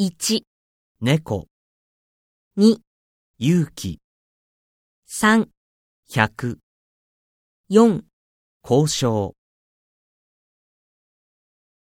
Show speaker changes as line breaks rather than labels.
1、
猫、
2、
勇気、
3、
100、
4
交渉。